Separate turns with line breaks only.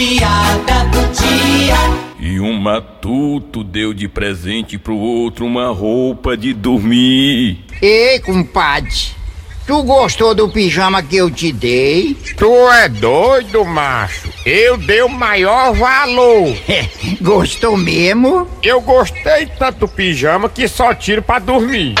piada do dia.
E um matuto deu de presente pro outro uma roupa de dormir.
Ei, compadre, tu gostou do pijama que eu te dei?
Tu é doido, macho. Eu dei o maior valor.
Gostou mesmo?
Eu gostei tanto do pijama que só tiro pra dormir.